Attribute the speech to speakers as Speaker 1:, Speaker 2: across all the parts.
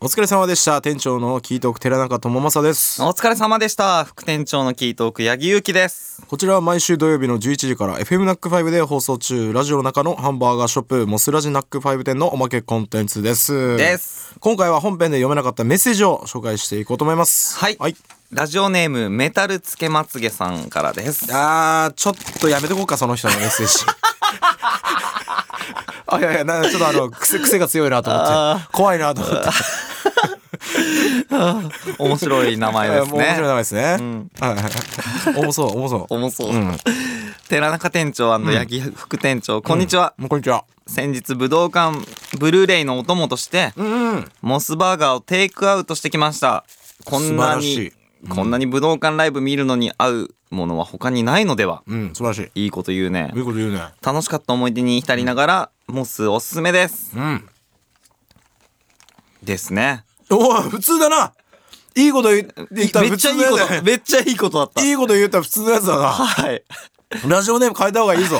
Speaker 1: お疲れ様でした。店長のキートーク寺中智正です。
Speaker 2: お疲れ様でした。副店長のキートーク、八木ゆきです。
Speaker 1: こちらは毎週土曜日の11時から FM ナック5で放送中、ラジオの中のハンバーガーショップ、モスラジナック5店のおまけコンテンツです。
Speaker 2: です。
Speaker 1: 今回は本編で読めなかったメッセージを紹介していこうと思います。
Speaker 2: はい。
Speaker 1: はい。
Speaker 2: ラジオネーム、メタルつけまつげさんからです。
Speaker 1: あー、ちょっとやめとこうか、その人のメッセー ジ。あ、いやいや、なちょっとあの、癖、癖が強いなと思って。怖いなと思って。
Speaker 2: 面白い名前
Speaker 1: え
Speaker 2: で
Speaker 1: ー
Speaker 2: す
Speaker 1: もう面 白い名
Speaker 2: ね。
Speaker 1: 前ですね。はいはいはい。重そう、重そう。
Speaker 2: 重そう。寺中店長八木副店長、こんにちは。
Speaker 1: もうこんにちは。
Speaker 2: 先日、武道館ブルーレイのお供として、
Speaker 1: うん。
Speaker 2: モスバーガーをテイクアウトしてきました。こんな
Speaker 1: 素晴ら
Speaker 2: に
Speaker 1: し、
Speaker 2: こんなに武道館ライブ見るのに合うものは他にないのでは
Speaker 1: うん、素晴らしい。
Speaker 2: いいこと言うね
Speaker 1: いい。こと言うね。
Speaker 2: 楽しかった思い出に浸りながら、モスおすすめです。
Speaker 1: うん。
Speaker 2: ですね。
Speaker 1: おお、普通だな。いいこと言
Speaker 2: め
Speaker 1: 言
Speaker 2: っ
Speaker 1: ったら普
Speaker 2: ちゃ
Speaker 1: 通
Speaker 2: いい
Speaker 1: のや
Speaker 2: こ
Speaker 1: つだ
Speaker 2: と、めっちゃいいことだった。
Speaker 1: いいこと言ったら普通のやつだな。
Speaker 2: はい。
Speaker 1: ラジオネーム変えた方がいいぞ。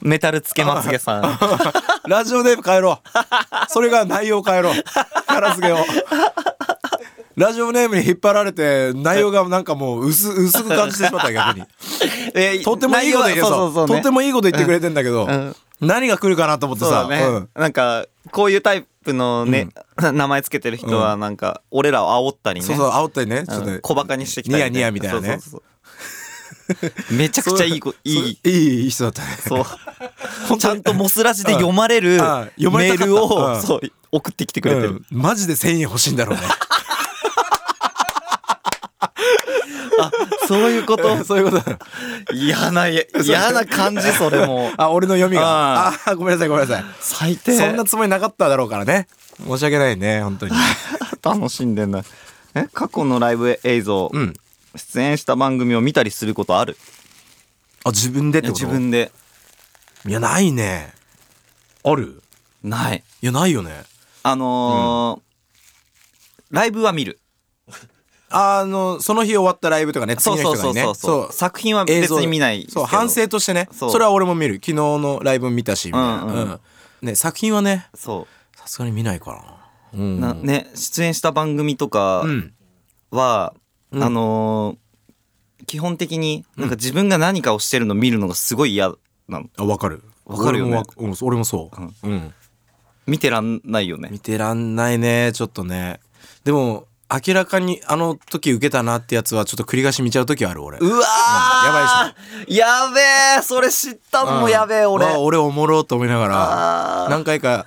Speaker 2: メタルつけまつげさん。
Speaker 1: ラジオネーム変えろ。それが内容変えろ。キャラ付けを。ラジオネームに引っ張られて内容がなんかもう薄薄く感じてしまった逆に。
Speaker 2: えー
Speaker 1: とってもいいこと言って
Speaker 2: 内容はそうそうそう、
Speaker 1: と
Speaker 2: ね。
Speaker 1: ってもいいこと言ってくれてんだけど、
Speaker 2: ん
Speaker 1: 何が来るかなと思って
Speaker 2: そう
Speaker 1: さ
Speaker 2: だ、ね、
Speaker 1: うん
Speaker 2: なんか、こういうタイプのね、名前つけてる人は、なんか、俺らを煽ったりね。
Speaker 1: そうそう煽ったりねちょっと
Speaker 2: う
Speaker 1: ね
Speaker 2: ん小バカにしてきたり、
Speaker 1: ニヤニヤみたいなね
Speaker 2: そう そうそうめちゃくちゃいいこ、い
Speaker 1: そう
Speaker 2: い。
Speaker 1: いいいい人だったね
Speaker 2: そう。ちゃんとモスラジで読まれるメ
Speaker 1: んあ読まれた
Speaker 2: ー
Speaker 1: かった
Speaker 2: ル
Speaker 1: う
Speaker 2: を、
Speaker 1: ん
Speaker 2: そう、送ってきてくれてる。
Speaker 1: うんマジで1000円欲しいんだろうね
Speaker 2: そういうこと。
Speaker 1: そういうことだ
Speaker 2: 嫌 な、嫌な感じ、それ も。
Speaker 1: あ俺の読みが
Speaker 2: あ
Speaker 1: ああーごめんなさいごめんなさい
Speaker 2: 最低。
Speaker 1: そんなつもりなかっただろうからね申し訳ないね本当に
Speaker 2: 楽しんでんなえ過去のライブ映像、
Speaker 1: うん
Speaker 2: 出演した番組を見たりすることある
Speaker 1: あ自分でっ
Speaker 2: い
Speaker 1: て
Speaker 2: や
Speaker 1: こと
Speaker 2: 自分で
Speaker 1: いやないねある
Speaker 2: ない
Speaker 1: いやないよね
Speaker 2: あのーライブは見る
Speaker 1: あのその日終わったライブとかね
Speaker 2: そ
Speaker 1: 次
Speaker 2: う
Speaker 1: の日
Speaker 2: そ
Speaker 1: とか
Speaker 2: う
Speaker 1: に
Speaker 2: そう
Speaker 1: ね
Speaker 2: そうそう作品は別に見ない
Speaker 1: そう反省としてね
Speaker 2: そ
Speaker 1: そうれは俺も見る昨日のライブも見たしみたいな、
Speaker 2: うんうん
Speaker 1: ね、作品はね
Speaker 2: そ
Speaker 1: さすがに見ないかな,、う
Speaker 2: うんなね出演した番組とか
Speaker 1: うん
Speaker 2: は、
Speaker 1: うん
Speaker 2: あのー基本的になんか自分が何かをしてるの見るのがすごい嫌なの
Speaker 1: あ分かる
Speaker 2: わかるよね
Speaker 1: 俺もわうん俺もそう、うん、
Speaker 2: 見てらんないよね
Speaker 1: 見てらんないねちょっとねでも明らかにあの時受けたなってやつはちょっと繰り返し見ちゃう時ある俺
Speaker 2: うわー、やべえそれ知ったのもやべえ俺、
Speaker 1: わ俺おもろと思いなが
Speaker 2: あ
Speaker 1: ら
Speaker 2: ー
Speaker 1: 何回か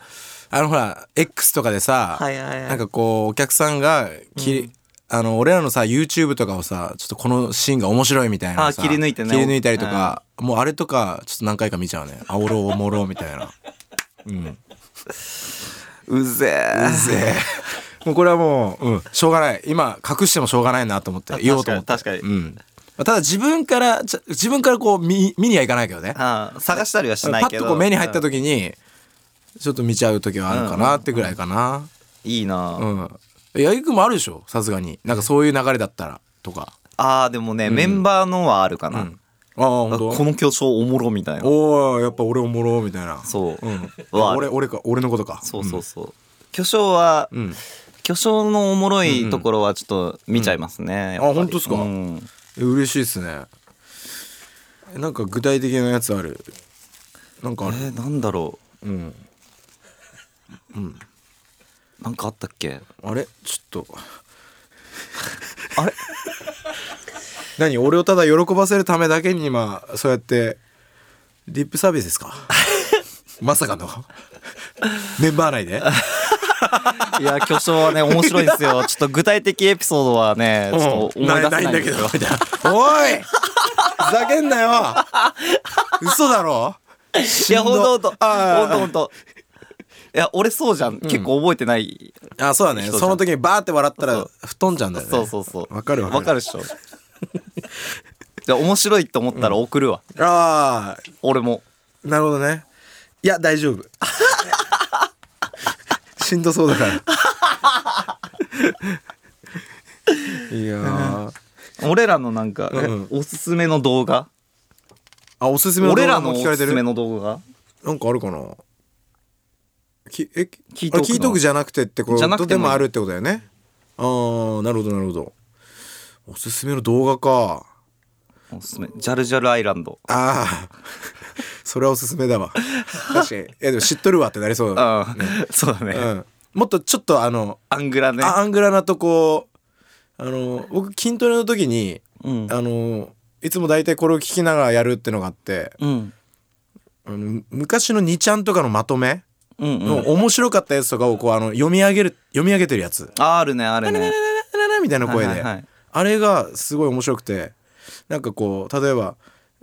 Speaker 1: あのほら X とかでさ、
Speaker 2: はいはいはい
Speaker 1: なんかこうお客さんがき、あの俺らのさ YouTube とかをさちょっとこのシーンが面白いみたいなさ
Speaker 2: あー切り抜いてね
Speaker 1: 切り抜いたりとか、もうあれとかちょっと何回か見ちゃうねあおろおもろみたいなうん
Speaker 2: うぜえ
Speaker 1: で もうこれはもう、うん、しょうがない今隠してもしょうがないなと思って言おうと思って
Speaker 2: 確かに確か
Speaker 1: うん、ただ自分からちゃ自分からこう見見にはいかないけどね
Speaker 2: ああ探したりはしない
Speaker 1: パ
Speaker 2: け
Speaker 1: ッ
Speaker 2: ど
Speaker 1: とこう目に入った
Speaker 2: うん
Speaker 1: 時に、ちょっと見ちゃう時はあるかなってぐらいかな。
Speaker 2: いいな、
Speaker 1: うん。八木くんもあるでしょさすがに。なんかそういう流れだったらとか。
Speaker 2: ああでもね、メンバーのはあるかな、
Speaker 1: ああ、
Speaker 2: あ
Speaker 1: 本当。
Speaker 2: この巨匠おもろみたいな
Speaker 1: おおやっぱ俺おもろみたいな。
Speaker 2: そう、
Speaker 1: うん。
Speaker 2: はあ
Speaker 1: 俺、
Speaker 2: る
Speaker 1: 俺か、俺のことか。
Speaker 2: そうそうそう、巨匠は、
Speaker 1: ん
Speaker 2: 巨匠のおもろいところはちょっと見ちゃいますね、
Speaker 1: うん
Speaker 2: やぱり
Speaker 1: あ本当っすか
Speaker 2: うん
Speaker 1: うん。え嬉しいっすね。えなんか具体的なやつある。なんか
Speaker 2: え
Speaker 1: ある。
Speaker 2: ー、なんだろ
Speaker 1: うん。
Speaker 2: うなんかあったっけ
Speaker 1: あれちょっと。
Speaker 2: あれ
Speaker 1: 何俺をただ喜ばせるためだけに今、そうやって、リップサービスですか まさかの。メンバー内で
Speaker 2: いや巨匠はね面白いんで すよちょっと具体的エピソードはねちょっと思い出せないんです
Speaker 1: な
Speaker 2: よ
Speaker 1: ないんだけどおいふざけんなよ嘘だろ
Speaker 2: いや、
Speaker 1: しんど
Speaker 2: ほんとほんと。
Speaker 1: あ
Speaker 2: ほ
Speaker 1: あ
Speaker 2: んとほんと。いや、俺そうじゃん。結構覚えてない。
Speaker 1: あそうだね
Speaker 2: 人じゃん
Speaker 1: その時にバーって笑ったら
Speaker 2: う
Speaker 1: 吹っ飛んじゃうんだよね
Speaker 2: そうそうそう。
Speaker 1: わかるわかる
Speaker 2: わかるっしょ。 じゃ面白いと思ったら送るわ。
Speaker 1: あ
Speaker 2: 俺も。
Speaker 1: あなるほどねいや大 丈夫しんどそうだからいやー
Speaker 2: 俺らのなんか、
Speaker 1: うん
Speaker 2: えおすすめの動画
Speaker 1: あおすすめの動
Speaker 2: 俺ら
Speaker 1: 画
Speaker 2: の
Speaker 1: も
Speaker 2: お
Speaker 1: 聞か
Speaker 2: す
Speaker 1: れて
Speaker 2: す
Speaker 1: る
Speaker 2: めの動画
Speaker 1: なんかあるかなきえ
Speaker 2: キ
Speaker 1: キー
Speaker 2: ートークの
Speaker 1: トークじゃなくてってこ
Speaker 2: じゃなく
Speaker 1: と
Speaker 2: て
Speaker 1: で
Speaker 2: もいい
Speaker 1: もあるってことだよねああなるほどなるほどおすすめの動画か
Speaker 2: おすすめジャルジャルアイランド
Speaker 1: ああそれはおすすめだわ確かにいやでも知っとるわってなりそう
Speaker 2: う
Speaker 1: だ
Speaker 2: ん、そうだね、
Speaker 1: うん、もっとちょっとあの
Speaker 2: アングラね
Speaker 1: あアングラなとこあの僕筋トレの時に
Speaker 2: うん
Speaker 1: あのいつも大体これを聞きながらやるってのがあって
Speaker 2: うん
Speaker 1: あの昔の2ちゃんとかのまとめ
Speaker 2: うんう
Speaker 1: の
Speaker 2: ん
Speaker 1: 面白かったやつとかをこうあの読み上げる読み上げてるやつ
Speaker 2: ああるねあるね
Speaker 1: 「ラララみたいな声
Speaker 2: はい
Speaker 1: で
Speaker 2: はいはい
Speaker 1: あれがすごい面白くてなんかこう例えば、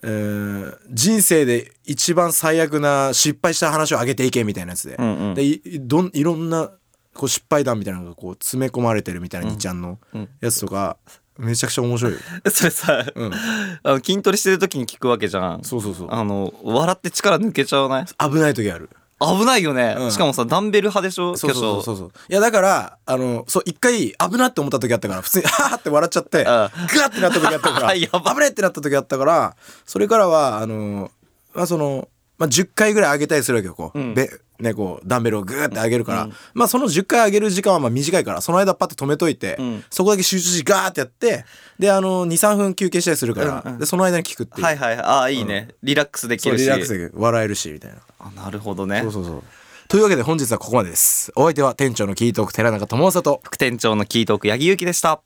Speaker 1: えー人生で一番最悪な失敗した話を上げていけ」みたいなやつで,、
Speaker 2: うんうん
Speaker 1: でいどんいろんなこう失敗談みたいなのがこう詰め込まれてるみたいな2ちゃんのやつとか、めちゃくちゃ面白いよ。
Speaker 2: それさ、
Speaker 1: うん
Speaker 2: あの筋トレしてる時に聞くわけじゃん
Speaker 1: そうそうそう
Speaker 2: あの笑って力抜けちゃわない
Speaker 1: 危ない時ある
Speaker 2: 危ないよね、
Speaker 1: うん
Speaker 2: しかもさダンベル派でしょ
Speaker 1: そうそうそううそういやだからあのそう一回危なって思った時あったから普通に「 はあ」って笑っちゃってガーってなった時あ ったから
Speaker 2: や
Speaker 1: 危
Speaker 2: ば
Speaker 1: ねえってなった時あったからそれからはあのまあその、まあ、10回ぐらい上げたりするわけよこう,、
Speaker 2: ん
Speaker 1: べね、こうダンベルをグーって上げるから、まあその10回上げる時間はまあ短いからその間パッて止めといて、
Speaker 2: ん
Speaker 1: そこだけ集中してガーってやってであの23分休憩したりするから、
Speaker 2: うんうん
Speaker 1: でその間に聞くっていう,、
Speaker 2: はいはいああいいね、リラックスでき
Speaker 1: そう
Speaker 2: るし
Speaker 1: リラックスで笑えるしみたいな。
Speaker 2: あなるほどね
Speaker 1: そうそうそうというわけで本日はここまでですお相手は店長のキートーク寺中智久と
Speaker 2: 副店長のキートーク八木ゆきでした